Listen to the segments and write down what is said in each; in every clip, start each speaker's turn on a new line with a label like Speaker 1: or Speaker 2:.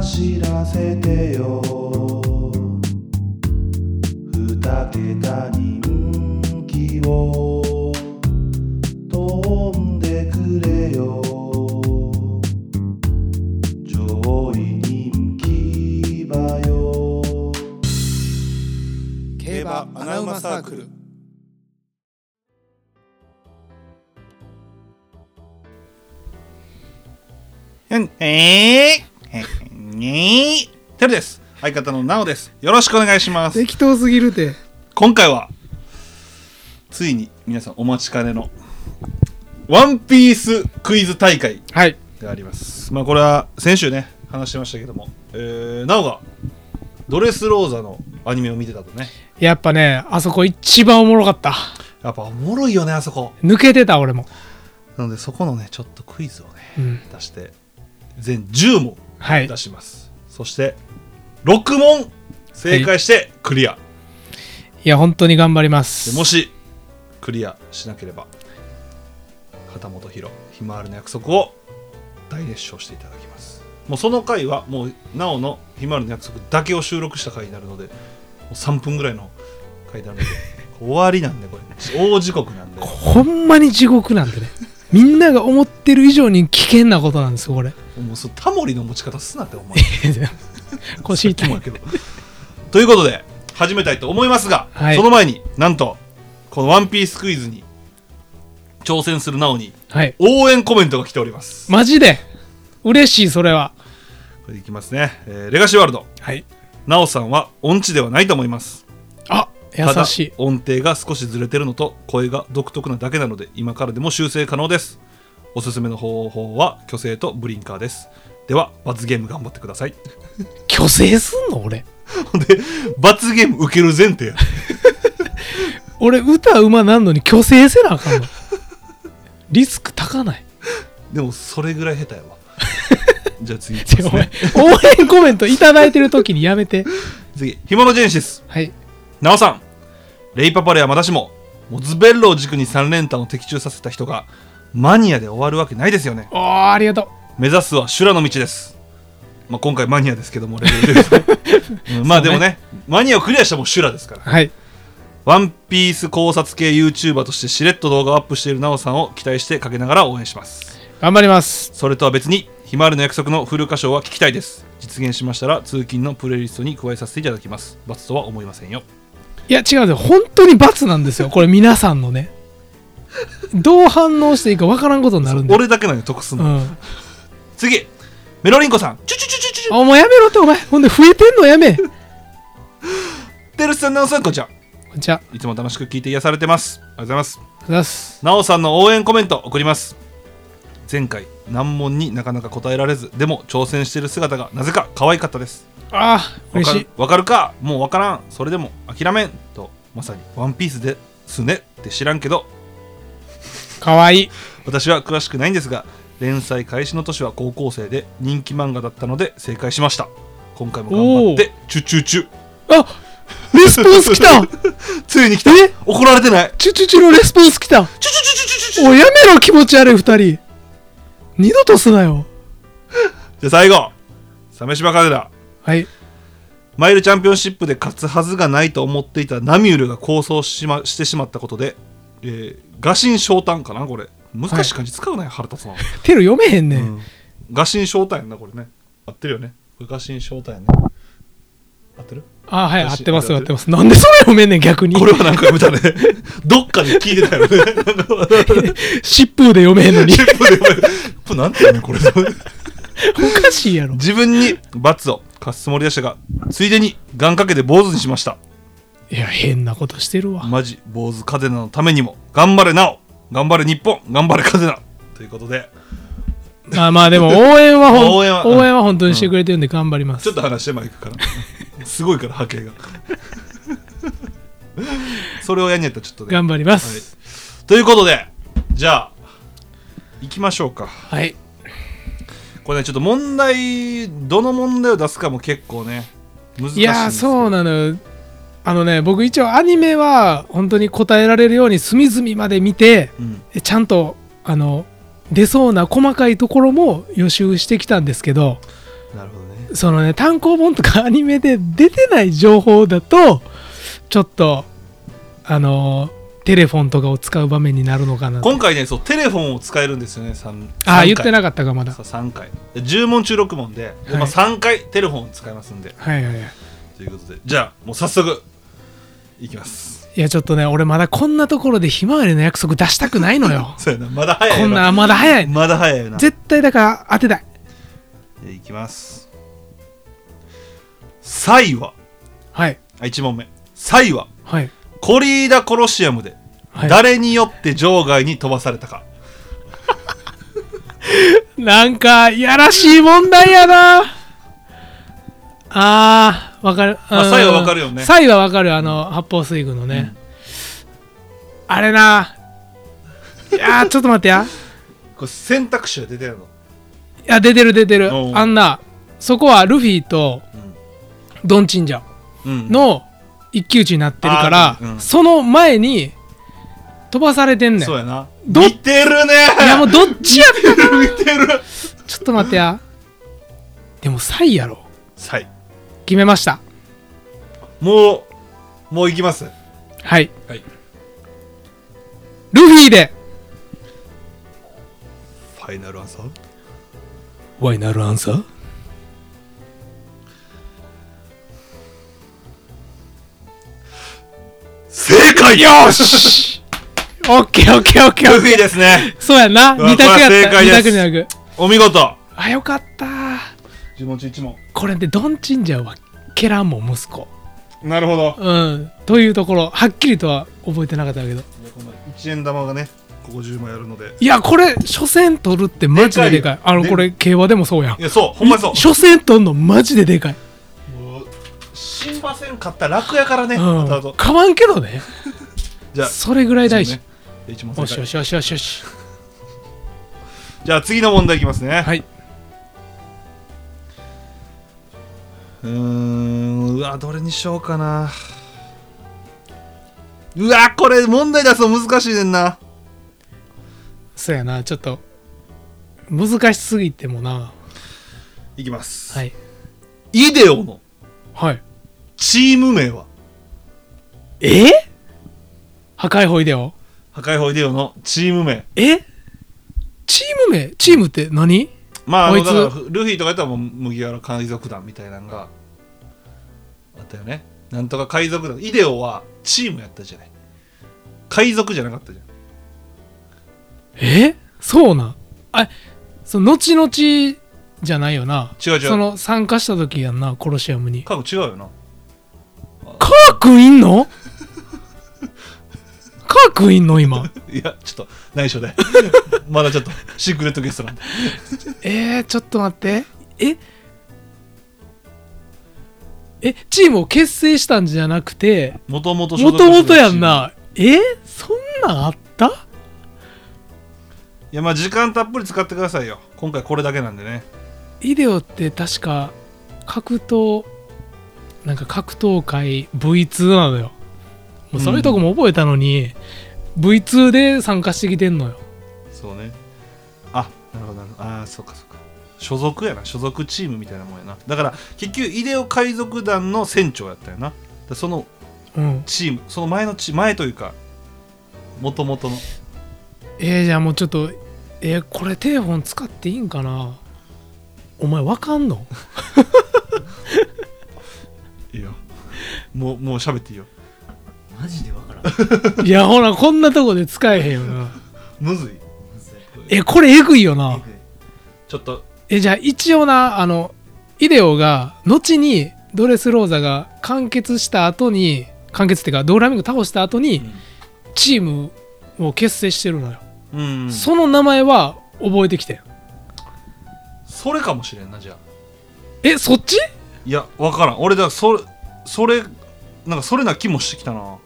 Speaker 1: 走らせてよ二桁人気を飛んでくれよ上位人気馬よ
Speaker 2: 競馬アナウマサークル
Speaker 3: うん、えー、にー、てるです。相方のなおです。よろしくお願いします。
Speaker 4: 適当すぎるて
Speaker 3: 今回は、ついに皆さんお待ちかねの、ワンピースクイズ大会
Speaker 4: はい
Speaker 3: であります。まあこれは先週ね、話してましたけども、えー、なおが、ドレスローザのアニメを見てたとね、
Speaker 4: やっぱねあそこ一番おもろかった
Speaker 3: やっぱおもろいよね、あそこ。
Speaker 4: 抜けてた俺も
Speaker 3: なのでそこのね、ちょっとクイズをね、
Speaker 4: うん
Speaker 3: 出して、全10問
Speaker 4: はい
Speaker 3: 出します。そして、6問正解してクリア。
Speaker 4: いや本当に頑張りま
Speaker 3: ですもしクリアしなければ片本博ひまわりの約束を大熱唱していただきますもうその回はもうなおのひまわりの約束だけを収録した回になるのでもう3分ぐらいの回になる ので終わりなんでこれ大時刻なんでも
Speaker 4: ほんまに地獄なんでねみんなが思ってる以上に危険なことなんですよ これ
Speaker 3: うそのタモリの持ち方すなってお前
Speaker 4: 腰痛
Speaker 3: さっきも
Speaker 4: い
Speaker 3: やけどということで始めたいと思いますが、
Speaker 4: はい
Speaker 3: その前になんとこの「ワンピースクイズに挑戦するなおに
Speaker 4: はい
Speaker 3: 応援コメントが来ております
Speaker 4: マジで嬉しいそれは
Speaker 3: これでいきますね、えーレガシーワールド
Speaker 4: はい
Speaker 3: なおさんは音痴ではないと思います
Speaker 4: あ
Speaker 3: ただ
Speaker 4: 優しい
Speaker 3: 音程が少しずれてるのと声が独特なだけなので今からでも修正可能ですおすすめの方法は虚勢とブリンカーですでは罰ゲーム頑張ってく ださい
Speaker 4: 虚勢すんの俺
Speaker 3: ほんで罰ゲーム受ける前提や
Speaker 4: 俺歌うまなんのに虚勢せなあかんのリスク高ない
Speaker 3: でもそれぐらい下手やわじゃあ次いき
Speaker 4: ちょ
Speaker 3: ま
Speaker 4: お
Speaker 3: す
Speaker 4: 前
Speaker 3: ね
Speaker 4: 応援コメントいただいてる時にやめ て
Speaker 3: 次ヒモノジェネシス
Speaker 4: はい
Speaker 3: なおさん、レイパパレはまだしも、モズベッロを軸に3連単を的中させた人が、マニアで終わるわけないですよね。
Speaker 4: おーありがとう
Speaker 3: 目指すは修羅の道です。まあ、今回マニアですけども、レベルで言うとうんまあでもね、マニアをクリアしたらもう修羅ですから。
Speaker 4: はい
Speaker 3: ワンピース考察系 YouTuber としてしれっと動画をアップしているなおさんを期待してかけながら応援します。
Speaker 4: 頑張ります
Speaker 3: それとは別に、ひまわりの約束のフル歌唱は聞きたいです。実現しましたら、通勤のプレイリストに加えさせていただきます。罰とは思いませんよ。
Speaker 4: いや違うんですよ本当に罰なんですよこれ皆さんのねどう反応していいかわからんことになるんで
Speaker 3: 俺だけなのよ、得すん
Speaker 4: う
Speaker 3: の。
Speaker 4: ん
Speaker 3: 次メロリンコさんチュチュチュチュチュチュ
Speaker 4: お前やめろってお前ほんで増えてんのやめ
Speaker 3: テルスさんナオさんこんにちは
Speaker 4: じゃ
Speaker 3: いつも楽しく聞いて癒されてますありがとうございます
Speaker 4: あ出す
Speaker 3: ナオさんの応援コメント送ります前回難問になかなか答えられずでも挑戦している姿がなぜか可愛かったです
Speaker 4: ああ
Speaker 3: わ
Speaker 4: 嬉
Speaker 3: か
Speaker 4: し
Speaker 3: る
Speaker 4: い
Speaker 3: わかるかもうわからんそれでも諦めんとまさにワンピースですねって知らんけど
Speaker 4: かわいい
Speaker 3: 私は詳しくないんですが連載開始の年は高校生で人気漫画だったので正解しました今回も頑張ってチュチュチュ
Speaker 4: あレスポンス来 た
Speaker 3: ついに来た
Speaker 4: え
Speaker 3: 怒られてない
Speaker 4: チュチュチュのレスポンス来た
Speaker 3: チュチュチュチュチュチュ
Speaker 4: おいやめろ気持ち悪い二人二度とすなよ
Speaker 3: じゃあ最後鮫島カズラ
Speaker 4: はい
Speaker 3: マイルチャンピオンシップで勝つはずがないと思っていたナミュールが構想し,、ま、してしまったことで、えー、餓神昇胆かなこれ難しい漢字使うなよ、腹立つな
Speaker 4: テロ読めへんねん、
Speaker 3: 餓神昇胆やんなこれね合ってるよねこれ餓神昇胆やね合ってる
Speaker 4: あはい合
Speaker 3: 私
Speaker 4: ってます
Speaker 3: 合
Speaker 4: 合
Speaker 3: っ
Speaker 4: ってて
Speaker 3: る
Speaker 4: ますなんでそれ読めんねん逆に
Speaker 3: これはなんか見たね どっかで聞いてたよねなんか
Speaker 4: 疾風で読めへんのに
Speaker 3: これなんていうのこれ
Speaker 4: おかしいやろ
Speaker 3: 自分に罰を貸すつもりでしたがついでに願掛けで坊主にしました
Speaker 4: いや変なことしてるわ
Speaker 3: マジ坊主カゼナのためにも頑張れなお頑張れ日本頑張れカゼナということで
Speaker 4: まあまあでも応援はほ ん
Speaker 3: 応
Speaker 4: 応
Speaker 3: 援
Speaker 4: 援
Speaker 3: は
Speaker 4: は本当にしてくれてるんで頑張ります、
Speaker 3: ちょっと話してマイクから すごいから波形がそれをやんねやったらちょっとね
Speaker 4: 頑張ります
Speaker 3: ということでじゃあ行きましょうか
Speaker 4: はい、
Speaker 3: これねちょっと問題どの問題を出すかも結構ね難しいんです
Speaker 4: いやーそう
Speaker 3: な
Speaker 4: なのよあのね僕一応アニメは本当に答えられるように隅々まで見て
Speaker 3: うん
Speaker 4: えちゃんとあの出そうな細かいところも予習してきたんですけど
Speaker 3: なるほどね
Speaker 4: そのね単行本とかア ニメで出てない情報だとちょっとあのテレフォンとかを使う場面になるのかな
Speaker 3: 今回ねそうテレフォンを使えるんですよね3
Speaker 4: ああ言って
Speaker 3: い
Speaker 4: なかったかまだ
Speaker 3: さ3回で10問中6問で、でまあ、
Speaker 4: はい
Speaker 3: 3回テレフォンを使いますんで
Speaker 4: はいはいはい
Speaker 3: ということでじゃあもう早速いきます
Speaker 4: いやちょっとね俺まだこんなところでひまわりの約束出したくないのよ
Speaker 3: そうやなまだ早い
Speaker 4: こんなまだ早い
Speaker 3: まだ早いよな
Speaker 4: 絶対だから当てたい
Speaker 3: でいきますサイは
Speaker 4: はい
Speaker 3: あ1問目サイは
Speaker 4: はい
Speaker 3: コリーダコロシアムで
Speaker 4: はい
Speaker 3: 誰によって場外に飛ばされたか、
Speaker 4: なんかやらしい問題やなあーわかる、
Speaker 3: まあサイはわかるよね
Speaker 4: サイはわかるあの発泡水軍のね、あれないやーちょっと待ってや
Speaker 3: これ選択肢が出てるの
Speaker 4: いや出てる出てる
Speaker 3: おう
Speaker 4: あんなそこはルフィとドンチンジャ
Speaker 3: うん
Speaker 4: の一騎打ちになってるから
Speaker 3: あ、ーうん
Speaker 4: その前に飛ばされてんねん
Speaker 3: そうやな
Speaker 4: ど
Speaker 3: 似てるね
Speaker 4: いやもうどっちやっ た
Speaker 3: 似てる
Speaker 4: ちょっと待ってやでもサイやろ
Speaker 3: サイ
Speaker 4: 決めました
Speaker 3: もうもういきます
Speaker 4: はい、
Speaker 3: はい
Speaker 4: ルフィで
Speaker 3: ファイナルアンサー
Speaker 4: ワイナルアンサー
Speaker 3: 正解よし
Speaker 4: オッケーオッケーオッケー
Speaker 3: ルフィですね
Speaker 4: そう やな
Speaker 3: うわ
Speaker 4: 二択や
Speaker 3: これは正
Speaker 4: った
Speaker 3: 解
Speaker 4: 二
Speaker 3: です
Speaker 4: 択じゃなく
Speaker 3: お見事
Speaker 4: あよかった
Speaker 3: 10問中1問
Speaker 4: これでドンチンジャーはケランも息子
Speaker 3: なるほど
Speaker 4: うんというところはっきりとは覚えてなかったけど
Speaker 3: 1円玉がねここ10枚あるので
Speaker 4: いやこれ初戦取るってマジででかい
Speaker 3: でかい
Speaker 4: あ
Speaker 3: よ
Speaker 4: の
Speaker 3: で
Speaker 4: これ競馬でもそうやん
Speaker 3: いやそうほんまにそう
Speaker 4: 初戦取るのマジででかい、
Speaker 3: もう新馬戦買ったら楽やからね、
Speaker 4: う
Speaker 3: ま たあ
Speaker 4: ん、
Speaker 3: と
Speaker 4: 買わんけどね
Speaker 3: じゃあ
Speaker 4: それぐらい大
Speaker 3: そう
Speaker 4: 事
Speaker 3: ね一問正
Speaker 4: よ
Speaker 3: 解
Speaker 4: しよしよしよしよし
Speaker 3: じゃあ次の問題いきますね、
Speaker 4: はい、
Speaker 3: うーんうわどれにしようかなうわこれ問題出すの難しいねんな
Speaker 4: そうやなちょっと難しすぎてもない
Speaker 3: きます、
Speaker 4: はい
Speaker 3: イデオの
Speaker 4: はい
Speaker 3: チーム名は
Speaker 4: え破壊法イデオ
Speaker 3: 破壊法イデオのチーム名
Speaker 4: えチーム名チームって何
Speaker 3: まああ
Speaker 4: こ
Speaker 3: の
Speaker 4: いつ
Speaker 3: だからルフィとかやったらもう麦わら海賊団みたいなのがあったよねなんとか海賊団イデオはチームやったじゃない海賊じゃなかったじゃん
Speaker 4: えそうなんあその後々じゃないよな
Speaker 3: 違う違う
Speaker 4: その参加した時やんなコロシアムに
Speaker 3: 過去違うよな
Speaker 4: カー君いんの カー君いんの今
Speaker 3: いやちょっと内緒で まだちょっとシークレットゲストなんで
Speaker 4: えー、ちょっと待ってええチームを結成したんじゃなくて
Speaker 3: もともと
Speaker 4: もともとやんなえそんなんあった
Speaker 3: いやまあ時間たっぷり使ってくださいよ今回これだけなんでね
Speaker 4: イデオって確か格闘なんか格闘界 V2 なのよもうそういうとこも覚えたのに、V2 で参加してきてんのよ
Speaker 3: そうねあなるほどなるほどああそうかそうか所属やな所属チームみたいなもんやなだから結局イデオ海賊団の船長やったよなだからその
Speaker 4: うん
Speaker 3: チームその前のチ前というかもともとの
Speaker 4: えー、じゃあもうちょっとえー、これテレフォン使っていいんかなお前わかん の
Speaker 3: いいよもうもう喋っていいよ
Speaker 2: マジでわからんむ
Speaker 4: いやほらこんなとこで使えへんよな
Speaker 3: むずい
Speaker 2: ずい
Speaker 4: えこれえぐいよな
Speaker 2: えぐい
Speaker 3: ちょっと
Speaker 4: えじゃあ一応なあのイデオが後にドレスローザが完結した後に完結っていうかドーラミング倒した後に
Speaker 3: ん
Speaker 4: チームを結成してるのよ、
Speaker 3: うんそ
Speaker 4: その名前は覚えてきてん
Speaker 3: それかもしれんなじゃあ
Speaker 4: えそっち
Speaker 3: いや分からん俺だからそれそれなんかそれな気もしてきたな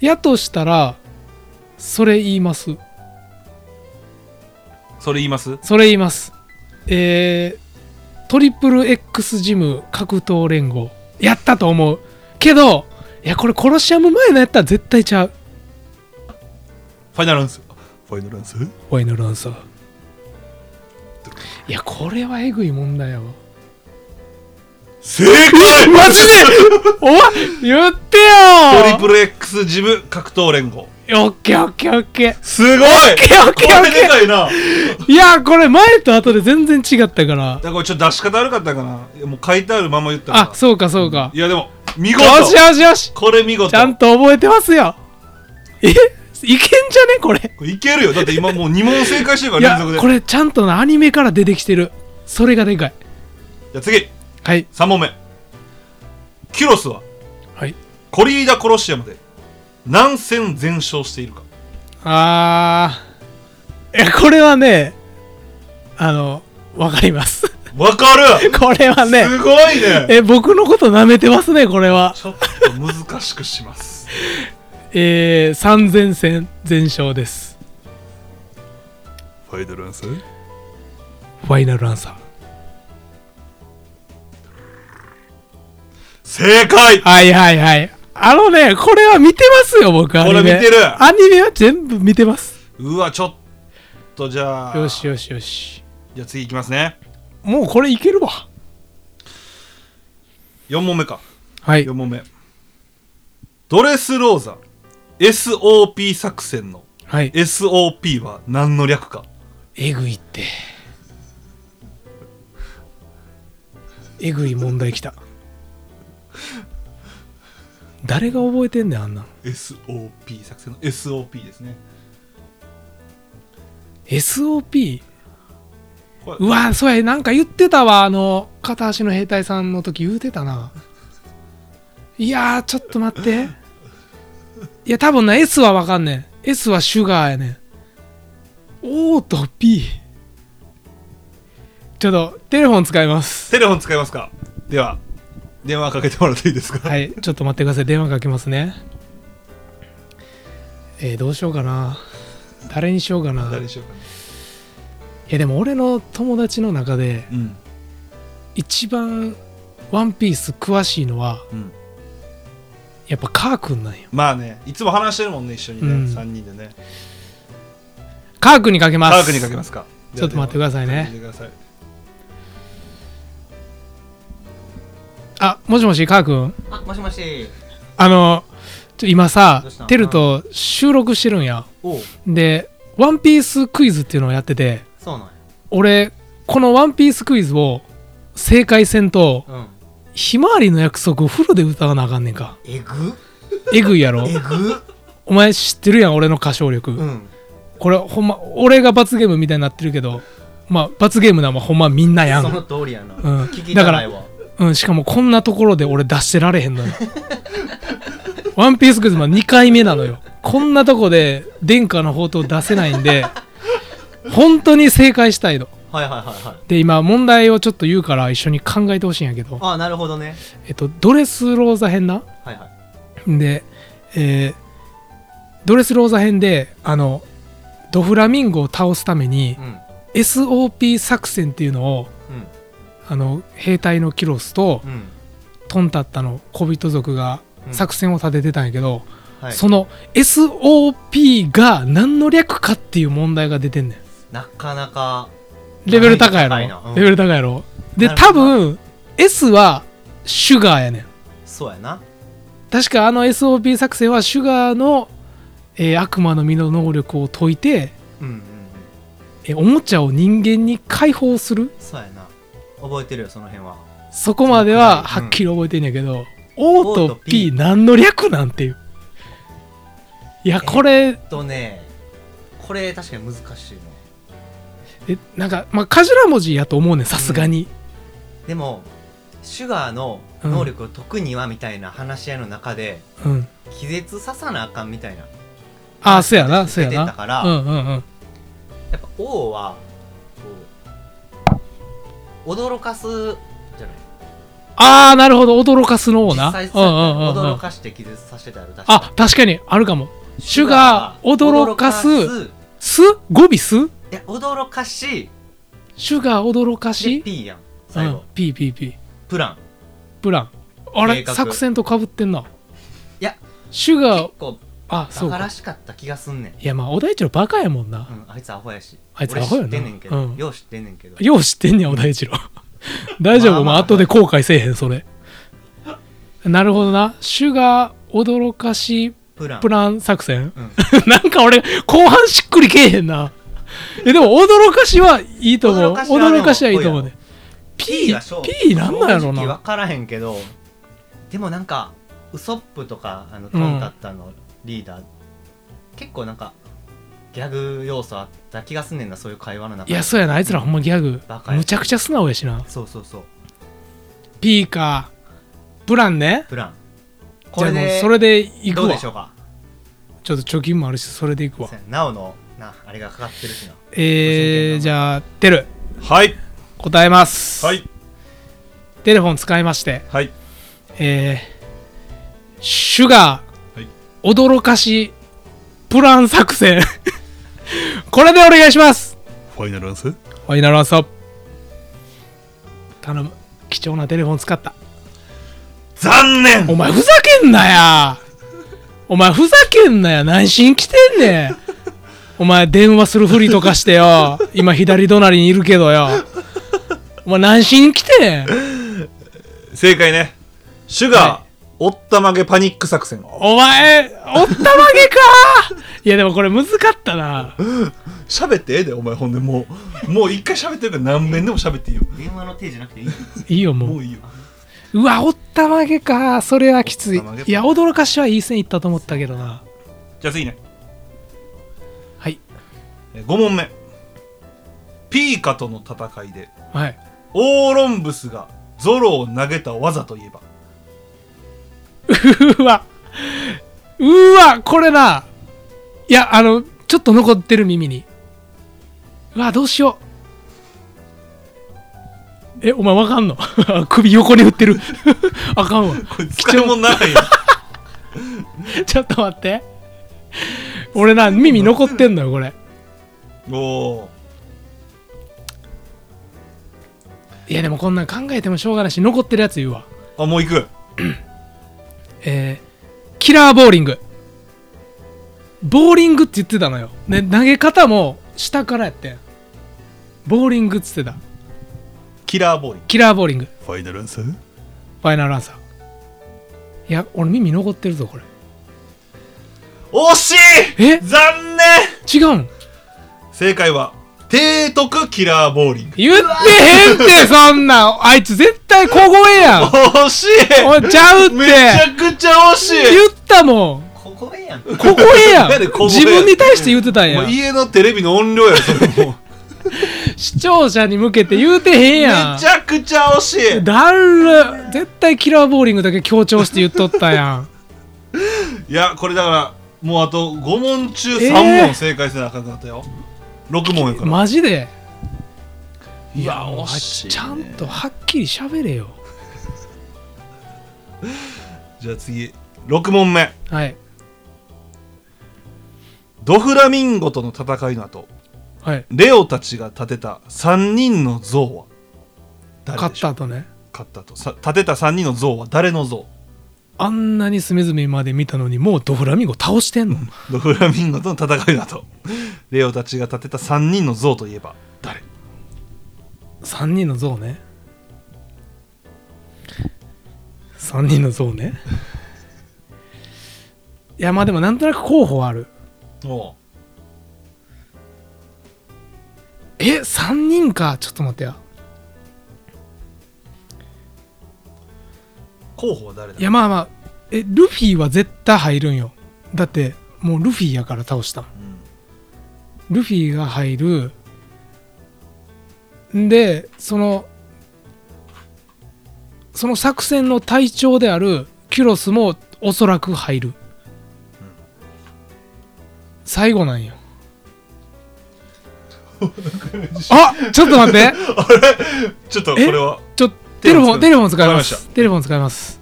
Speaker 4: やとしたらそれ言います
Speaker 3: それ言います
Speaker 4: それ言いますえー、トリプル X ジム格闘連合やったと思うけどいやこれコロシアム前のやったら絶対ちゃう
Speaker 3: ファイナルアンスファイナルアンス
Speaker 4: ワイナルアンサーいやこれはえぐい問題やわ
Speaker 3: 正解
Speaker 4: マジでおい言って
Speaker 3: ト
Speaker 4: よ
Speaker 3: リプル X ジム格闘連合
Speaker 4: オッケーオッケーオッケー
Speaker 3: すごい
Speaker 4: オッ
Speaker 3: こ
Speaker 4: ケーオッケー
Speaker 3: れでかいなだか
Speaker 4: いやこれ前と後で全然違ったから
Speaker 3: らこれちょっと出し方悪かったかないやもう書いてあるまま言ったから
Speaker 4: あそうかそうか
Speaker 3: いやでも見事
Speaker 4: よしよしよし
Speaker 3: これ見事
Speaker 4: ちゃんと覚えてますよえいけんじゃねこれ
Speaker 3: これいけるよだって今もう2問正解してるか
Speaker 4: い
Speaker 3: ら連
Speaker 4: や
Speaker 3: 続で
Speaker 4: これちゃんとなアニメから出てきてるそれがでかい
Speaker 3: じゃあ次
Speaker 4: はい
Speaker 3: 3問目キュロスは
Speaker 4: はい
Speaker 3: コリーダ・コロシアムで何戦全勝しているか
Speaker 4: あーいやこれはねあのわかります
Speaker 3: わかる
Speaker 4: これはね
Speaker 3: すごいね
Speaker 4: え僕のこと舐めてますねこれは
Speaker 3: ちょっと難しくします
Speaker 4: えー、三前戦全勝です
Speaker 3: ファイナルアンサー
Speaker 4: ファイナルアンサー
Speaker 3: 正解
Speaker 4: はいはいはいあのねこれは見てますよ僕アニメ
Speaker 3: これ見てる
Speaker 4: アニメは全部見てます
Speaker 3: うわちょっとじゃあ
Speaker 4: よしよしよし
Speaker 3: じゃあ次いきますね
Speaker 4: もうこれいけるわ
Speaker 3: 4問目か
Speaker 4: はい
Speaker 3: 4問目ドレスローザ SOP 作戦の
Speaker 4: はい
Speaker 3: SOP は何の略か
Speaker 4: えぐいってえぐい問題きた誰が覚えてんねんあんなん
Speaker 3: SOP 作戦の SOP ですね
Speaker 4: SOP
Speaker 3: これ
Speaker 4: うわそうやなんか言ってたわあの片足の兵隊さんの時言うてたないやーちょっと待っていや多分な S はわかんねん S はシュガーやねん O と P ちょっとテレフォン使います
Speaker 3: テレフォン使いますかでは電話かけてもらっていいですか、
Speaker 4: はいちょっと待ってください電話かけますねえー、どうしようかな誰にしようかな
Speaker 3: 誰
Speaker 4: い
Speaker 3: にしようかね
Speaker 4: やでも俺の友達の中で
Speaker 3: うん
Speaker 4: 一番ワンピース詳しいのは、
Speaker 3: うん
Speaker 4: やっぱカー君なんよ
Speaker 3: まあねいつも話してるもんね一緒にね、
Speaker 4: うん
Speaker 3: 3人でね
Speaker 4: カー君にかけます
Speaker 3: 科学にかけますか
Speaker 4: ちょっと待ってくださいね
Speaker 3: じゃあ電話かけてくださ
Speaker 4: あもしもしカー君
Speaker 2: あもしもし
Speaker 4: あのちょ今さ
Speaker 2: どうした
Speaker 4: テルと収録してるんや
Speaker 3: いおう
Speaker 4: でワンピースクイズっていうのをやってて
Speaker 2: そうなん
Speaker 4: 俺このワンピースクイズを正解戦と
Speaker 2: やうん
Speaker 4: 「ひまわりの約束」をフルで歌わなあかんねんか
Speaker 2: えぐ
Speaker 4: えぐいやろ
Speaker 2: えぐ
Speaker 4: お前知ってるやん俺の歌唱力、
Speaker 2: うん
Speaker 4: これほんま俺が罰ゲームみたいになってるけどまあ罰ゲームなもんほんまみんなやん
Speaker 2: その通りやな、
Speaker 4: ん
Speaker 2: 聞きたないわ
Speaker 4: うん、しかもこんなところで俺出してられへんのよ。 ワンピースクイズマン2回目なのよ。こんなとこで殿下の宝刀出せないんで、本当に正解したいの。
Speaker 2: はいはいはいはい
Speaker 4: で、今問題をちょっと言うから一緒に考えてほしいんやけど、
Speaker 2: ああなるほどね
Speaker 4: えっと、ドレスローザ編な。
Speaker 2: はいはい
Speaker 4: で、えードレスローザ編で、あの、ドフラミンゴを倒すために
Speaker 2: うん
Speaker 4: SOP 作戦っていうのを、
Speaker 2: うん
Speaker 4: あの、兵隊のキュロスと、
Speaker 2: うん
Speaker 4: トンタッタの小人族が
Speaker 2: うん
Speaker 4: 作戦を立ててたんやけど、
Speaker 2: はい
Speaker 4: その SOP が何の略かっていう問題が出てんね
Speaker 2: なかなか
Speaker 4: んレベル高いや
Speaker 2: 高いな
Speaker 4: ろ、
Speaker 2: うん
Speaker 4: レベル高いやろで
Speaker 2: なるほ
Speaker 4: 多
Speaker 2: ど
Speaker 4: 分 S はシュガーやねん
Speaker 2: そうやな
Speaker 4: 確かあの SOP 作戦はシュガーの、えー悪魔の実の能力を解いて、
Speaker 2: うんうんうん
Speaker 4: えーおもちゃを人間に解放する
Speaker 2: そうやな覚えてるよその辺は
Speaker 4: そこまでは
Speaker 2: そ
Speaker 4: は
Speaker 2: のくらい
Speaker 4: っきり覚えてんやけど、O と
Speaker 2: O と P
Speaker 4: P 何の略なんていういやこれ、
Speaker 2: とねこれ確かに難しいな
Speaker 4: えなんかまあ頭文字やと思うねんさすがに、
Speaker 2: でもシュガーの能力を解くにはみたいな話し合いの中で
Speaker 4: うん
Speaker 2: 気絶ささなあかんみたいな
Speaker 4: ああそうやなそうや
Speaker 2: 出てた
Speaker 4: な
Speaker 2: から、
Speaker 4: うんうんうん
Speaker 2: やっぱ王はこう驚かすじゃない
Speaker 4: ああなるほど驚かすのをな
Speaker 2: 実際
Speaker 4: うんうんうんう
Speaker 2: 驚
Speaker 4: ん
Speaker 2: かして気絶させてある確か
Speaker 4: あ確かにあるかもシュガー驚かす
Speaker 2: 驚かす
Speaker 4: す語尾す
Speaker 2: いや驚かし
Speaker 4: シュガー驚か
Speaker 2: で
Speaker 4: し
Speaker 2: P やん最
Speaker 4: うん
Speaker 2: 後、
Speaker 4: ピーピーピー
Speaker 2: プラン
Speaker 4: プランあれ
Speaker 2: 計画
Speaker 4: 作戦とかぶってんない
Speaker 2: や
Speaker 4: シュガー
Speaker 2: 結構
Speaker 4: あそ
Speaker 2: だ
Speaker 4: う
Speaker 2: から
Speaker 4: か
Speaker 2: しかった気がすんねん、
Speaker 4: いやまあ小田一郎バカやもんな、
Speaker 2: うん、あいつアホやし
Speaker 4: あいつアホやな
Speaker 2: 俺知ってんねんけど、
Speaker 4: うん
Speaker 2: よう知ってんねんけど
Speaker 4: よう知ってんねや小田一郎 大丈夫、
Speaker 2: まあまあ
Speaker 4: まあ、後で後悔せえへんそれなるほどな主が驚かし
Speaker 2: プラン
Speaker 4: プラン作戦、
Speaker 2: うん
Speaker 4: なんか俺後半しっくりけえへんなえでも驚かしはいいと思う
Speaker 2: 驚かしはでも
Speaker 4: 驚かしはいいと思うね
Speaker 2: P
Speaker 4: P
Speaker 2: はそう
Speaker 4: P なんなんやろう
Speaker 2: 正直
Speaker 4: な
Speaker 2: 分からへんけどでもなんかウソップとかあのトンタッタのリーダー、結構なんかギャグ要素あった気がすんねんなそういう会話の中
Speaker 4: いやそうやなあいつらほんまギャグ
Speaker 2: バカや
Speaker 4: むちゃくちゃ素直やしな
Speaker 2: そうそうそう
Speaker 4: P かプランね
Speaker 2: プランこれ
Speaker 4: じゃあも
Speaker 2: で
Speaker 4: うそれで行
Speaker 2: ど
Speaker 4: く
Speaker 2: う
Speaker 4: わ
Speaker 2: でし
Speaker 4: ちょっ
Speaker 2: ょうか
Speaker 4: と貯金もあるしそれで行くわ
Speaker 2: そうやなおのなあれがかかってるしな
Speaker 4: えー、じゃあテル
Speaker 3: はい
Speaker 4: 答えます、
Speaker 3: はい
Speaker 4: テレフォン使いまして
Speaker 3: はい
Speaker 4: えー、シュガー、
Speaker 3: はい
Speaker 4: 驚かしプラン作戦 これでお願いします
Speaker 3: ファイナルアンス
Speaker 4: ファイナルアンサー頼む貴重なテレフォン使った
Speaker 3: 残念
Speaker 4: お前ふざけんなやお前ふざけんなや何しに来てんねんお前電話するふりとかしてよ今左隣にいるけどよお前何しに来てん
Speaker 3: 正解ねシュガー、おったまげパニック作戦
Speaker 4: お前おったまげかいやでもこれ難かったな
Speaker 3: 喋ってええでお前ほんでもうもう一回喋ってるから何遍でも喋っていいよ
Speaker 2: 電話の手じゃなくていい
Speaker 4: いいよもう
Speaker 3: もういいよ
Speaker 4: うわおったまげかそれはきつ
Speaker 3: お
Speaker 4: い
Speaker 3: ったまげか
Speaker 4: いや驚かしはいい線いったと思ったけどな
Speaker 3: じゃあ次ね
Speaker 4: はい
Speaker 3: 5問目ピーカとの戦いで
Speaker 4: はい
Speaker 3: オーロンブスがゾロを投げた技といえば
Speaker 4: うわうわこれないやあのちょっと残ってる耳にうわどうしようえお前わかんの 首横に振ってる あかんわ
Speaker 3: これ使い物にならないよ
Speaker 4: ちょっと待って俺な耳残ってんのよこれ
Speaker 3: おー
Speaker 4: いやでもこんなん考えてもしょうがないし残ってるやつ言うわ
Speaker 3: あもう行く
Speaker 4: えーキラーボーリングボーリングって言ってたのよ、ね、投げ方も下からやってんボーリングっつってた
Speaker 3: キラーボーリン
Speaker 4: キラーボーリングフ
Speaker 3: ファイナルアンサー
Speaker 4: ァイナルアンサーいや俺耳残ってるぞこれ
Speaker 3: 惜しい
Speaker 4: え
Speaker 3: 残念
Speaker 4: 違うん
Speaker 3: 正解は提督キラーボーリング
Speaker 4: 言ってへ んってそんなんあいつ絶対小声やん
Speaker 3: 惜しい
Speaker 4: おいちゃうって
Speaker 3: めちゃくちゃ惜しい
Speaker 4: 言ったもん
Speaker 2: ここええやん
Speaker 4: 小声やん
Speaker 3: なんで小声
Speaker 4: 自分に対して言ってたん
Speaker 3: も
Speaker 4: や
Speaker 3: うん家のテレビの音量やろそれもう
Speaker 4: 視聴者に向けて言うてへん
Speaker 3: め
Speaker 4: やん
Speaker 3: ちゃくちゃ惜しい
Speaker 4: だる絶対キラーボーリングだけ強調して言っとったや ん
Speaker 3: いやこれだからもうあと5問中
Speaker 4: えー
Speaker 3: 3問正解せなあかんかったよ、6問やから、
Speaker 4: マジで
Speaker 3: いや
Speaker 4: もう
Speaker 3: 惜しいね
Speaker 4: ちゃんとはっきり喋れよ
Speaker 3: じゃあ次6問目
Speaker 4: はい
Speaker 3: ドフラミンゴとの戦いの後
Speaker 4: はい
Speaker 3: レオたちが建てた3人の像は誰
Speaker 4: 勝っ
Speaker 3: でしょ
Speaker 4: た
Speaker 3: う
Speaker 4: 後ね
Speaker 3: 勝ったとさ建てた3人の像は誰の像
Speaker 4: あんなに隅々まで見たのにもうドフラミンゴ倒してんの
Speaker 3: ドフラミンゴとの戦いの後レオたちが建てた3人の像といえば誰
Speaker 4: 3人の像ね3人の像ねいやまあでもなんとなく候補はある
Speaker 3: おう
Speaker 4: え3人かちょっと待ってや
Speaker 3: 候補は誰だ
Speaker 4: いやまあまあえルフィは絶対入るんよだってもうルフィやから倒したもん
Speaker 3: うん
Speaker 4: ルフィが入るんでそのその作戦の隊長であるキュロスもおそらく入る、最後 なんよあちょっと待って
Speaker 3: ちょっとこれは
Speaker 4: ちょ
Speaker 3: テ
Speaker 4: テ
Speaker 3: レ
Speaker 4: レ
Speaker 3: フォ
Speaker 4: フォ
Speaker 3: ン
Speaker 4: ンテレフォン使いま
Speaker 3: わかりまし
Speaker 4: すテレフォン使います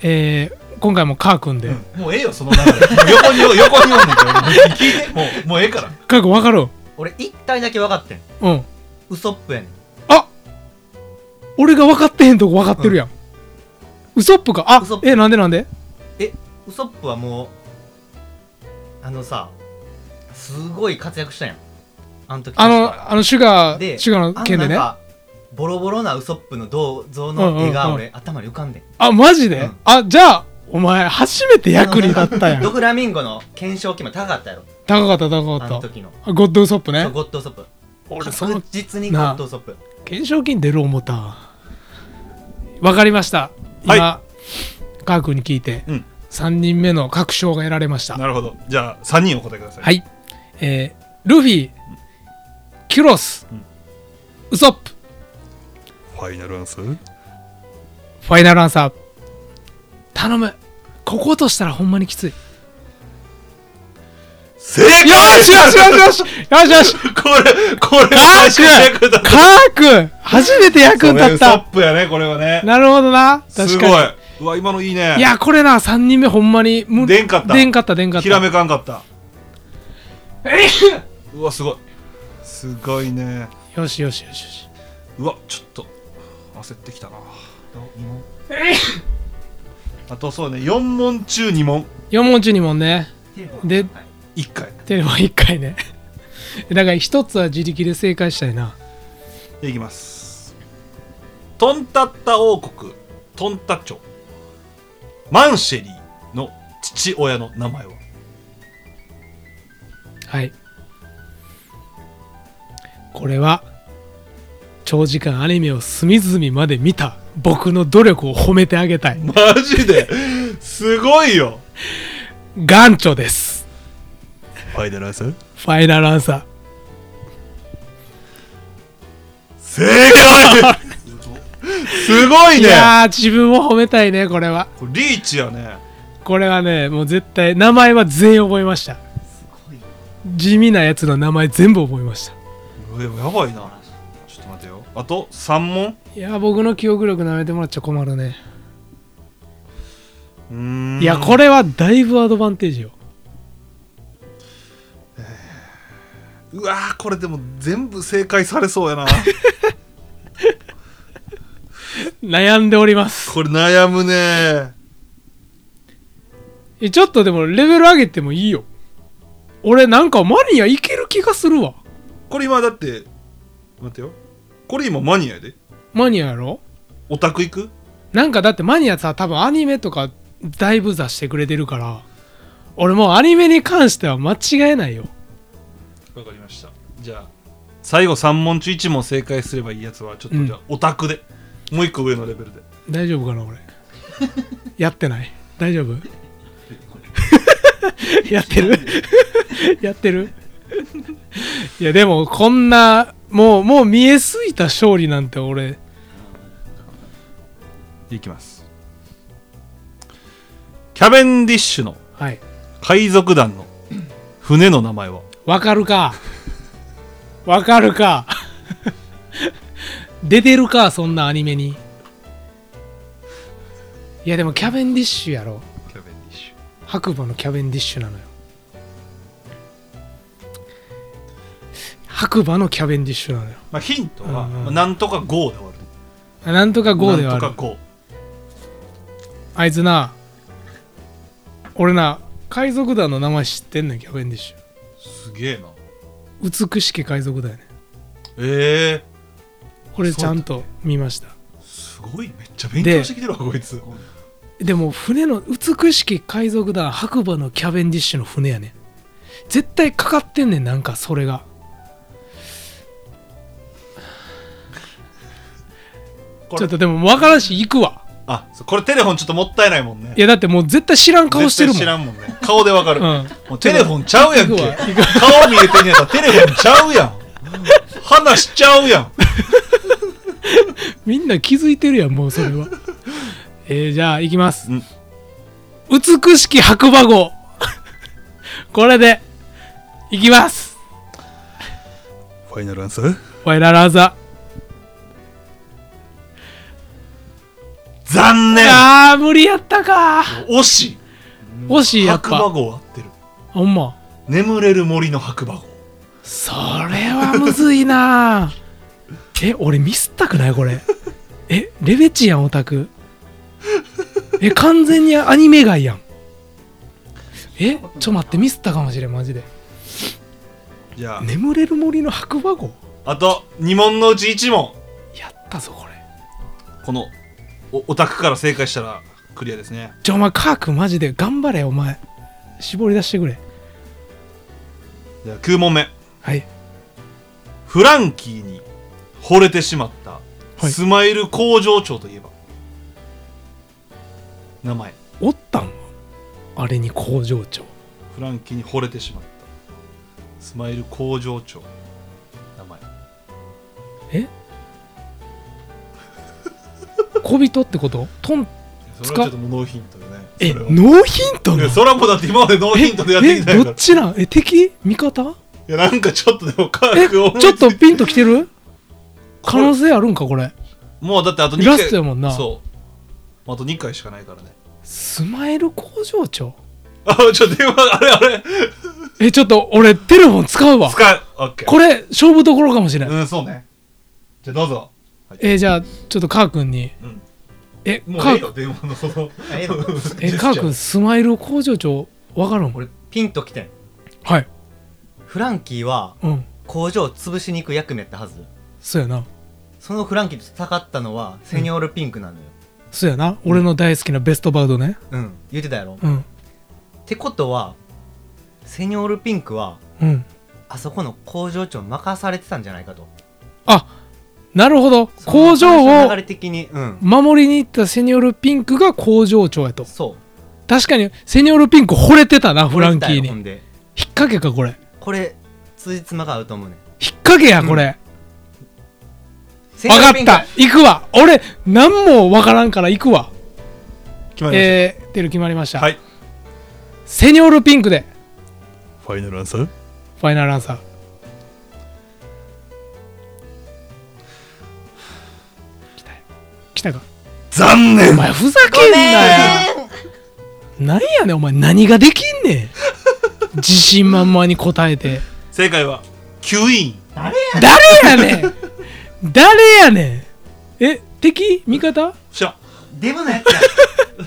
Speaker 4: えー、今回もカー君で、
Speaker 3: もうええよその流れ 横に横におんねんから 聞いてもうもうええから
Speaker 4: カー君分かる
Speaker 2: 俺一体だけ分かってん
Speaker 4: うん
Speaker 2: ウソップやねん
Speaker 4: あ俺が分かってへんとこ分かってるやん、ウソップかあ
Speaker 2: ウソップ
Speaker 4: えなんでなんで
Speaker 2: えウソップはもうあのさすごい活躍したやんあの時
Speaker 4: あ
Speaker 2: 確か
Speaker 4: の、あの、シュガー、
Speaker 2: で
Speaker 4: シュガー
Speaker 2: あ
Speaker 4: の
Speaker 2: の
Speaker 4: 件でね。
Speaker 2: なん
Speaker 4: あ
Speaker 2: かボロボロなウソップの銅像の絵
Speaker 4: うん
Speaker 2: が
Speaker 4: うんうん
Speaker 2: 俺頭に浮かんでん
Speaker 4: マジで、
Speaker 2: うん
Speaker 4: あ、じゃあ、お前、初めて役に立ったやん。
Speaker 2: ドフラミンゴの検証金も高かったやろ
Speaker 4: 高かった、高
Speaker 2: あ
Speaker 4: か
Speaker 2: の
Speaker 4: った
Speaker 2: 時の。
Speaker 4: あゴッドウソップ
Speaker 2: そ
Speaker 4: ね
Speaker 2: う。ゴッドウソップ
Speaker 4: 俺、その
Speaker 2: 確、実にゴッドウソップ
Speaker 4: 懸賞金出る思ったわ。わかりました。今、
Speaker 3: は
Speaker 4: カー君に聞いて、
Speaker 3: うん
Speaker 4: 3人目の確証が得られました。
Speaker 3: なるほどじゃあ3人お答えください
Speaker 4: はい。えー、ルフィ、キュロス、
Speaker 3: うん
Speaker 4: ウソップ、
Speaker 3: ファイナルアンサー
Speaker 4: ファイナルアンサー。頼む。ここ落としたらほんまに きつい。よ
Speaker 3: 正解
Speaker 4: しよしよしよしよしよし
Speaker 3: これこれ
Speaker 4: カ
Speaker 3: 最
Speaker 4: ー
Speaker 3: 悪
Speaker 4: 君
Speaker 3: だ
Speaker 4: カー君初めて役に立っ
Speaker 3: スト
Speaker 4: た
Speaker 3: ップやねこれはね
Speaker 4: なるほどな
Speaker 3: す
Speaker 4: 確
Speaker 3: ごい
Speaker 4: か
Speaker 3: うわ今のいいね
Speaker 4: にいやこれな3人目ほんまにむ
Speaker 3: でんかった
Speaker 4: でんかったでんかった
Speaker 3: ひらめかんかった
Speaker 4: えいう
Speaker 3: わすごいすごいね
Speaker 4: よしよしよしよし
Speaker 3: うわちょっと焦ってきたななもうあとそうね4問中2問
Speaker 4: 4問中2問ねで
Speaker 2: はい
Speaker 3: 1回
Speaker 4: テレフォン1回ね だから1つは自力で正解したいない
Speaker 3: きますトンタッタ王国トンタ町マンシェリーの父親の名前は
Speaker 4: はいこれは長時間アニメを隅々まで見た僕の努力を褒めてあげたい
Speaker 3: マジですごいよ
Speaker 4: 元祖です
Speaker 3: ファイナルアンサー
Speaker 4: ファイナルアンサー
Speaker 3: 正解すごい
Speaker 4: い
Speaker 3: ね
Speaker 4: やー自分を褒めたいねこれは
Speaker 3: これリーチやね
Speaker 4: これはねもう絶対名前は全員覚えました
Speaker 2: すごい
Speaker 4: 地味なやつの名前全部覚えました
Speaker 3: うわやばいなちょっと待てよあと3問
Speaker 4: いやー僕の記憶力舐めてもらっちゃ困るね
Speaker 3: うーん
Speaker 4: いやこれはだいぶアドバンテージよ
Speaker 3: うわーこれでも全部正解されそうやな
Speaker 4: 悩んでおります
Speaker 3: これ悩むね
Speaker 4: えちょっとでもレベル上げてもいいよ俺なんかマニアいける気がするわ
Speaker 3: これ今だって待てよこれ今マニアやで
Speaker 4: マニアやろ
Speaker 3: オタク行く
Speaker 4: なんかだってマニアさ多分アニメとかだいぶ座してくれてるから俺もうアニメに関しては間違えないよ
Speaker 3: わかりましたじゃあ最後3問中1問正解すればいいやつはちょっとじゃあオタクで、もう一個上のレベルで
Speaker 4: 大丈夫かな俺やってない大丈夫やってるやってるいやでもこんなもうもう見えすぎた勝利なんて俺
Speaker 3: いきますキャベンディッシュの
Speaker 4: はい
Speaker 3: 海賊団 の船の名前は
Speaker 4: わかるかわかるか 出てるかそんなアニメにいやでもキャベンディッシュやろ
Speaker 3: キャベンディッシ
Speaker 4: 白馬のキャベンディッシュなのよ白馬のキャベンディッシュなのよ
Speaker 3: ュ、まあ、ヒントは、
Speaker 4: うんうん
Speaker 3: まあなんとか GO で終わる
Speaker 4: あなんとか5ではあ
Speaker 3: なん
Speaker 4: る
Speaker 3: とか GO
Speaker 4: あいつな俺な海賊団の名前知ってんねんキャベンディッシ
Speaker 3: すげえな
Speaker 4: ュ美しき海賊団やねん
Speaker 3: ええ
Speaker 4: 俺ちゃんと見ました
Speaker 3: すごいめっちゃ勉強してきてるわこいつ
Speaker 4: でも船の美しき海賊団白馬のキャベンディッシュの船やねん絶対かかってんねんなんかそれが
Speaker 3: これ
Speaker 4: ちょっとでも分からんし行 くわ
Speaker 3: あそうこれテレフォンちょっともったいないもんね
Speaker 4: いやだってもう絶対知らん顔してるもん
Speaker 3: 絶対知らんもんね顔でわかる、
Speaker 4: うん
Speaker 3: もうテレフォンちゃうやんけ
Speaker 4: 行く
Speaker 3: 顔
Speaker 4: わ行
Speaker 3: 見えてんねやったらテレフォンちゃうやん話しちゃうやん
Speaker 4: みんな気づいてるやんもうそれは えー、じゃあ行きます、
Speaker 3: うん
Speaker 4: 美しき白馬号これで行きます
Speaker 3: ファイナルアンサー
Speaker 4: ファイナルアンザ
Speaker 3: 残念
Speaker 4: あー無理やったか
Speaker 3: 惜し
Speaker 4: 惜しい
Speaker 3: い
Speaker 4: やっ
Speaker 3: 白馬
Speaker 4: ぱ
Speaker 3: 号合ってる
Speaker 4: ほんま
Speaker 3: 眠れる森の白馬号
Speaker 4: それはむずいな え俺ミスったくないこれ えレベチやんオタクえ完全にアニメ外やんえちょ待ってミスったかもしれんマジで
Speaker 3: じゃあ、
Speaker 4: 眠れる森の白馬号
Speaker 3: あと2問のうち1問
Speaker 4: やったぞこれ
Speaker 3: このおオタクから正解したらクリアですね
Speaker 4: ちょお前カークマジで頑張れお前絞り出してくれ
Speaker 3: じゃあ9問目
Speaker 4: はい
Speaker 3: フランキーに惚れてしまった、
Speaker 4: はい
Speaker 3: スマイル工場長といえば名前
Speaker 4: おったんはあれに工場長
Speaker 3: フランキーに惚れてしまったスマイル工場長名前
Speaker 4: 小人ってことトン
Speaker 3: それはちょっともうノーヒントでね
Speaker 4: え
Speaker 3: それは
Speaker 4: ノーヒント
Speaker 3: い
Speaker 4: な
Speaker 3: やそれはもうだって今までノーヒントでやってきたん
Speaker 4: え
Speaker 3: や
Speaker 4: ど
Speaker 3: か
Speaker 4: っちなんえ敵味方
Speaker 3: らいやなんかちょっとでも科
Speaker 4: え
Speaker 3: 学を
Speaker 4: ちょっとピンときてる可能性あるんかこれ
Speaker 3: もうだってあと2回
Speaker 4: ラストやもんな
Speaker 3: そうあと2回しかないからね
Speaker 4: スマイル工場長
Speaker 3: あちょっと電話あれあれ
Speaker 4: えちょっと俺テレフォン使うわ
Speaker 3: 使うオッケー
Speaker 4: これ勝負どころかもしれん、
Speaker 3: うんそうねじゃあどうぞ
Speaker 4: えじゃあちょっとカー君に
Speaker 3: うん
Speaker 4: え
Speaker 3: もう
Speaker 4: カ
Speaker 3: ええ
Speaker 4: ー君
Speaker 3: よ電話のその
Speaker 2: ええよ
Speaker 4: えカー君スマイル工場長わかるん
Speaker 2: 俺ピンときてん
Speaker 4: はい
Speaker 2: フランキーは
Speaker 4: うん
Speaker 2: 工場を潰しに行く役目やったはず
Speaker 4: そうやな
Speaker 2: そのフランキーと戦ったのはセニョールピンクなのよ
Speaker 4: そうやな俺の大好きなベストバウドね
Speaker 2: うん言ってたやろ、
Speaker 4: うん
Speaker 2: ってことはセニョールピンクは
Speaker 4: うん
Speaker 2: あそこの工場長任されてたんじゃないかと
Speaker 4: あなるほど工場
Speaker 2: その流
Speaker 4: を
Speaker 2: れ的にうん
Speaker 4: 守りに行ったセニョルピンクが工場長やと
Speaker 2: そ
Speaker 4: 確かにセニョルピンク惚れてたな
Speaker 2: う
Speaker 4: フランキー
Speaker 2: 惚れてた
Speaker 4: に
Speaker 2: よほんで
Speaker 4: 引っ掛けかこれ
Speaker 2: これ辻褄が合うと思うねん
Speaker 4: 引っ掛けやこれ、
Speaker 2: セニ
Speaker 4: わ
Speaker 2: ョ
Speaker 4: か
Speaker 2: ー
Speaker 4: っ
Speaker 2: ルピンク
Speaker 4: た行くわ俺何もわからんから行くわ
Speaker 3: 決まり
Speaker 4: えー、テル決まりまし、
Speaker 3: ましたたはい
Speaker 4: セニョールピンクで
Speaker 3: ファイナルアンサー
Speaker 4: ファイナルアンサー来たよ来たか
Speaker 3: 残念
Speaker 4: お前ふざけんなよ何やねんお前何ができんねん自信満々に答えて
Speaker 3: 正解はキュイーン
Speaker 4: 誰やねん誰やねんえ敵味方
Speaker 3: 知らん
Speaker 2: デブのやつ や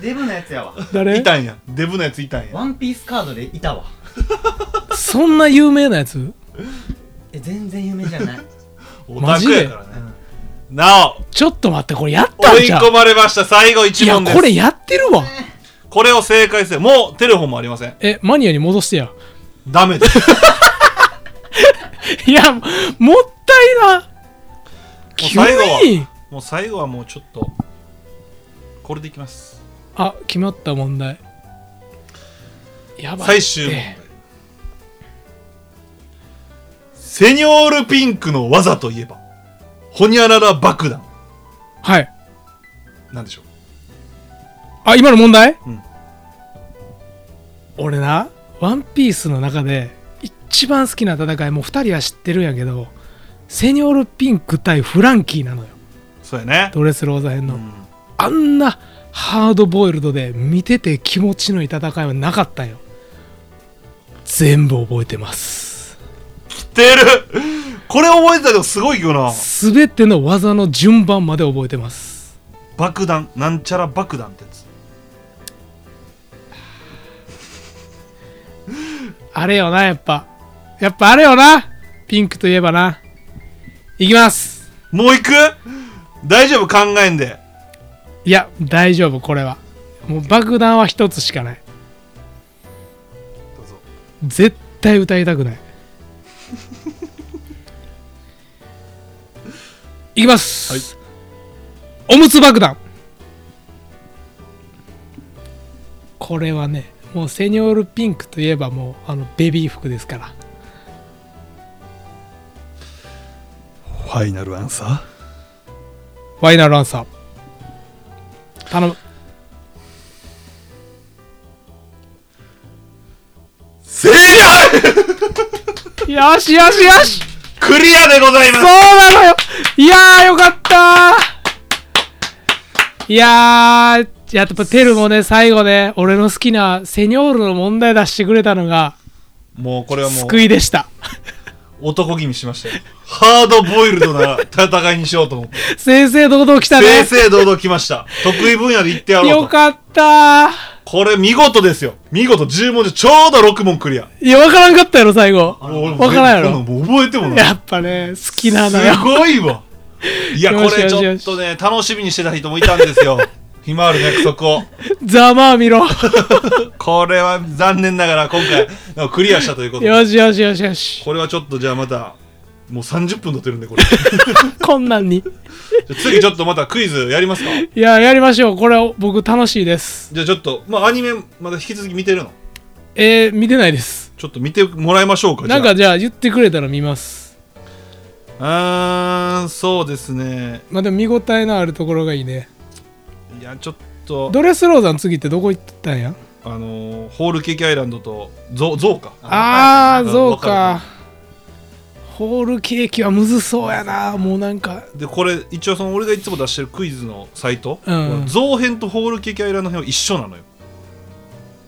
Speaker 2: デブのやつやわ
Speaker 4: 誰
Speaker 3: いたんやデブのやついたんや
Speaker 2: ワンピースカードでいたわ
Speaker 4: そんな有名なやつ
Speaker 2: え全然有名じゃない
Speaker 3: オタクやから
Speaker 2: マジ
Speaker 3: ねなお
Speaker 4: ちょっと待ってこれやった
Speaker 3: 追
Speaker 4: ん
Speaker 3: い
Speaker 4: じゃ
Speaker 3: 込
Speaker 4: ん
Speaker 3: まれました最後
Speaker 4: い
Speaker 3: 1
Speaker 4: や
Speaker 3: 問です
Speaker 4: これやってるわ
Speaker 3: これを正解せよもうテレフォンもありません
Speaker 4: えマニアに戻してや
Speaker 3: ダメですも
Speaker 4: いやもったいな
Speaker 3: う
Speaker 4: 急
Speaker 3: 最後
Speaker 4: に
Speaker 3: はもう最後はもうちょっとこれでいきます
Speaker 4: あ決まった問題やばいって
Speaker 3: 最終問題セニョールピンクの技といえばホニャララ爆弾
Speaker 4: はい
Speaker 3: なんでしょう
Speaker 4: あ今の問題、
Speaker 3: うん
Speaker 4: 俺なワンピースの中で一番好きな戦いもう2人は知ってるんやけどセニョールピンク対フランキーなのよ
Speaker 3: そうやね
Speaker 4: ドレスローザ編の、
Speaker 3: うん
Speaker 4: あんなハードボイルドで見てて気持ちのいい戦いはなかったよ全部覚えてます
Speaker 3: 知ってるこれ覚えてたけどすごいよな
Speaker 4: 全ての技の順番まで覚えてます
Speaker 3: 爆弾なんちゃら爆弾ってやつ
Speaker 4: あれよなやっぱやっぱあれよなピンクといえばないきます
Speaker 3: もう行く大丈夫考えんで
Speaker 4: いや大丈夫これはもう爆弾は一つしかない
Speaker 3: どうぞ
Speaker 4: 絶対歌いたくないいきます、おむつ爆弾これはねもうセニョールピンクといえばもうあのベビー服ですから
Speaker 3: ファイナルアンサー
Speaker 4: ファイナルアンサー頼む
Speaker 3: 正解
Speaker 4: よしよしよし
Speaker 3: クリアでございま
Speaker 4: そう
Speaker 3: す
Speaker 4: なのよいやーよかったーいやーやっぱテルもね最後ね俺の好きなセニョールの問題出してくれたのが
Speaker 3: もうこれはもう
Speaker 4: 救いでした
Speaker 3: 男気味しましたよハードボイルドな戦いにしようと思って
Speaker 4: 正々堂々来たね
Speaker 3: 正々堂々来ました得意分野で言ってやろう
Speaker 4: よ
Speaker 3: と
Speaker 4: かったー
Speaker 3: これ見事ですよ見事10問中ちょうど6問クリア
Speaker 4: いや、わからんかったやろ、最後。
Speaker 3: わ
Speaker 4: わからんやろ
Speaker 3: もう覚えてもない
Speaker 4: やっぱね、好きなのよ
Speaker 3: す。ごいわいやこ
Speaker 4: よし
Speaker 3: れちょ
Speaker 4: よ
Speaker 3: っ
Speaker 4: し
Speaker 3: とね楽しみにしてた人もいたんです よひまわりの約束を
Speaker 4: ざまあ見ろ。
Speaker 3: これは残念ながら今回クリアしたということで
Speaker 4: よしよしよしよし。
Speaker 3: これはちょっとじゃあまたもう30分撮ってるんでこれじ
Speaker 4: こんなんに。
Speaker 3: ゃあ次ちょっとまたクイズやりますか
Speaker 4: いや、やりましょう。これは僕楽しいです。
Speaker 3: じゃあちょっとまあアニメまだ引き続き見てるの
Speaker 4: えー、見てないです。
Speaker 3: ちょっと見てもらいましょうかじゃ
Speaker 4: な
Speaker 3: あ
Speaker 4: んかじゃあ言ってくれたら見ます。
Speaker 3: うーんそうですね
Speaker 4: まあでも見応えのあるところがいいね。
Speaker 3: いやちょっと
Speaker 4: ドレスローザン次ってどこ行ったんや
Speaker 3: あのーホールケーキアイランドとゾウゾウかー
Speaker 4: あー、
Speaker 3: はい
Speaker 4: そう
Speaker 3: わ
Speaker 4: か。ホールケーキはむずそうやな。もうなんか、
Speaker 3: でこれ一応その俺がいつも出してるクイズのサイト、
Speaker 4: うん
Speaker 3: 造編とホールケーキアイランド編は一緒なのよ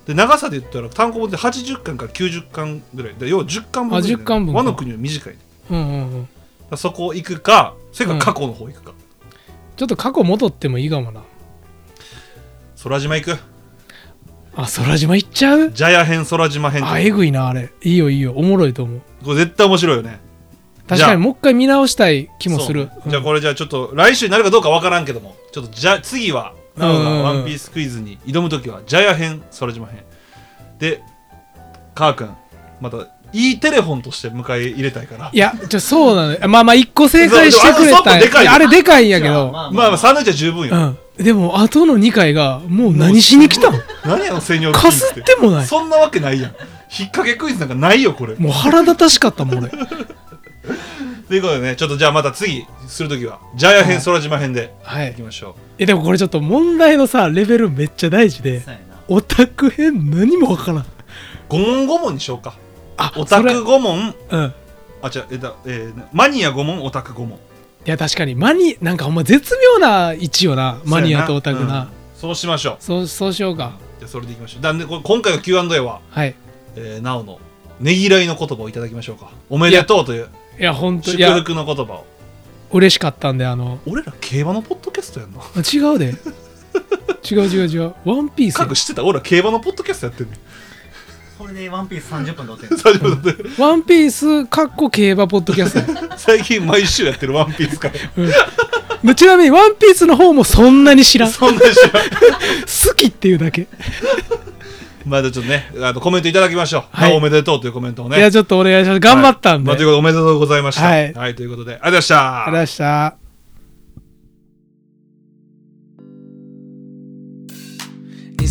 Speaker 3: で長さで言ったら単行本で80巻から90巻ぐらいで要は10巻分ぐらいで
Speaker 4: あ10巻分か
Speaker 3: 和の国より短いだか
Speaker 4: うんうんうん。
Speaker 3: らそこ行くかそれか過去の方行くか、
Speaker 4: ちょっと過去戻ってもいいかもな。
Speaker 3: 空島行く
Speaker 4: あ、空島行っちゃう
Speaker 3: ジャヤ編空島編
Speaker 4: あ、えぐいな、あれ。いいよいいよ。おもろいと思う。
Speaker 3: これ絶対面白いよね
Speaker 4: 確かにもう一回見直したい気もする
Speaker 3: そう。
Speaker 4: うん
Speaker 3: じゃあこれじゃあちょっと来週になるかどうかわからんけどもちょっとじゃあ次はなおが
Speaker 4: うんうんうん
Speaker 3: ワンピースクイズに挑む時はジャヤ編空島編でカー君またいいテレフォンとして迎え入れたいから
Speaker 4: いや、じゃあそうなのよ。まあまあ、一個正解してくれたん
Speaker 3: でもあのちょっとでかい
Speaker 4: や
Speaker 3: よ
Speaker 4: あれでかいんやけ
Speaker 2: じゃ
Speaker 4: ど。
Speaker 2: あまあ
Speaker 3: まあまあサンドイッチは十分よ、
Speaker 4: うん。でも、後の2回が、もう何しに来たん
Speaker 3: 何やの専用
Speaker 4: かすってもない。
Speaker 3: そんなわけないやん引っ掛けクイズなんかないよこれ
Speaker 4: もう腹立たしかったもん、俺。
Speaker 3: ということでねちょっとじゃあまた次する時はジャヤ編空島編で
Speaker 4: はいい
Speaker 3: き。ましょ
Speaker 4: え、でもこれちょっと問題のさ、レベルめっちゃ大事で
Speaker 2: そ、うやな
Speaker 4: オタク編何もわからん。
Speaker 3: う五問五問にしようか
Speaker 4: あ、
Speaker 3: オタ
Speaker 4: それ
Speaker 3: ク五問
Speaker 4: うん。
Speaker 3: あ違うえだ、えーマニア五問オタク五問
Speaker 4: いや、確かに、マニ、なんかほんま絶妙な位置よな。マニアとオタク
Speaker 3: そうや
Speaker 4: な。
Speaker 3: うんそうしましょう
Speaker 4: そう、そうしようか。
Speaker 3: じゃあそれでいきましょうだんでこ今回の Q&A は、
Speaker 4: はい。
Speaker 3: えー、なおのねぎらいの言葉をいただきましょうかおめでとうという
Speaker 4: いや、ほんと、い
Speaker 3: 祝
Speaker 4: や、
Speaker 3: 福の言葉を
Speaker 4: 嬉しかったんで、あの、
Speaker 3: 俺ら競馬のポッドキャストやんの
Speaker 4: 違 うで。違う違う違う。ワンピースや。
Speaker 3: 各知ってた俺ら競馬のポ ッドキャストやってんねん
Speaker 2: これでワンピース30分で追ってる
Speaker 3: 大丈夫だって
Speaker 4: ワンピース、かっこ競馬ポッドキャスト。
Speaker 3: 最近毎週やってるワンピースか
Speaker 4: でちなみに、ワンピースの方もそんなに知ら
Speaker 3: ら
Speaker 4: ん。
Speaker 3: そんな知らん
Speaker 4: 好きっていうだけ。
Speaker 3: まあじゃあちょっとねあのコメントいただきましょう、
Speaker 4: はい
Speaker 3: なおおめでとうというコメントをね
Speaker 4: いや、ちょっとお願いします。頑張ったんで。
Speaker 3: はいまあ、ということでおめでとうございました
Speaker 4: はい
Speaker 3: ということでありがとうございました
Speaker 4: ありがとうございました。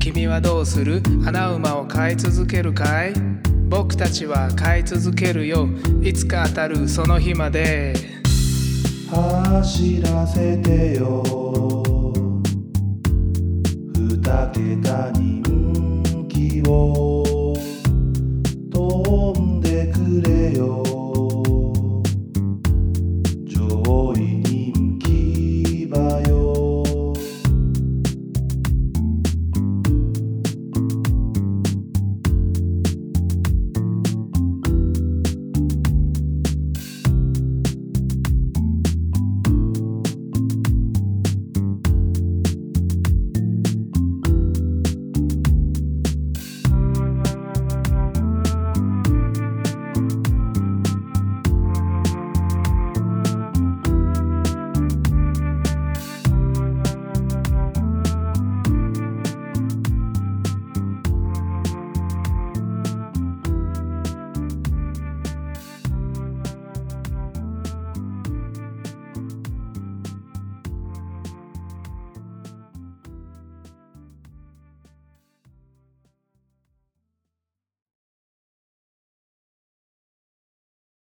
Speaker 4: 君はどうする穴馬を飼い続けるかい僕たちは飼い続けるよいつか当たるその日まで
Speaker 1: 走らせてよ二桁人気を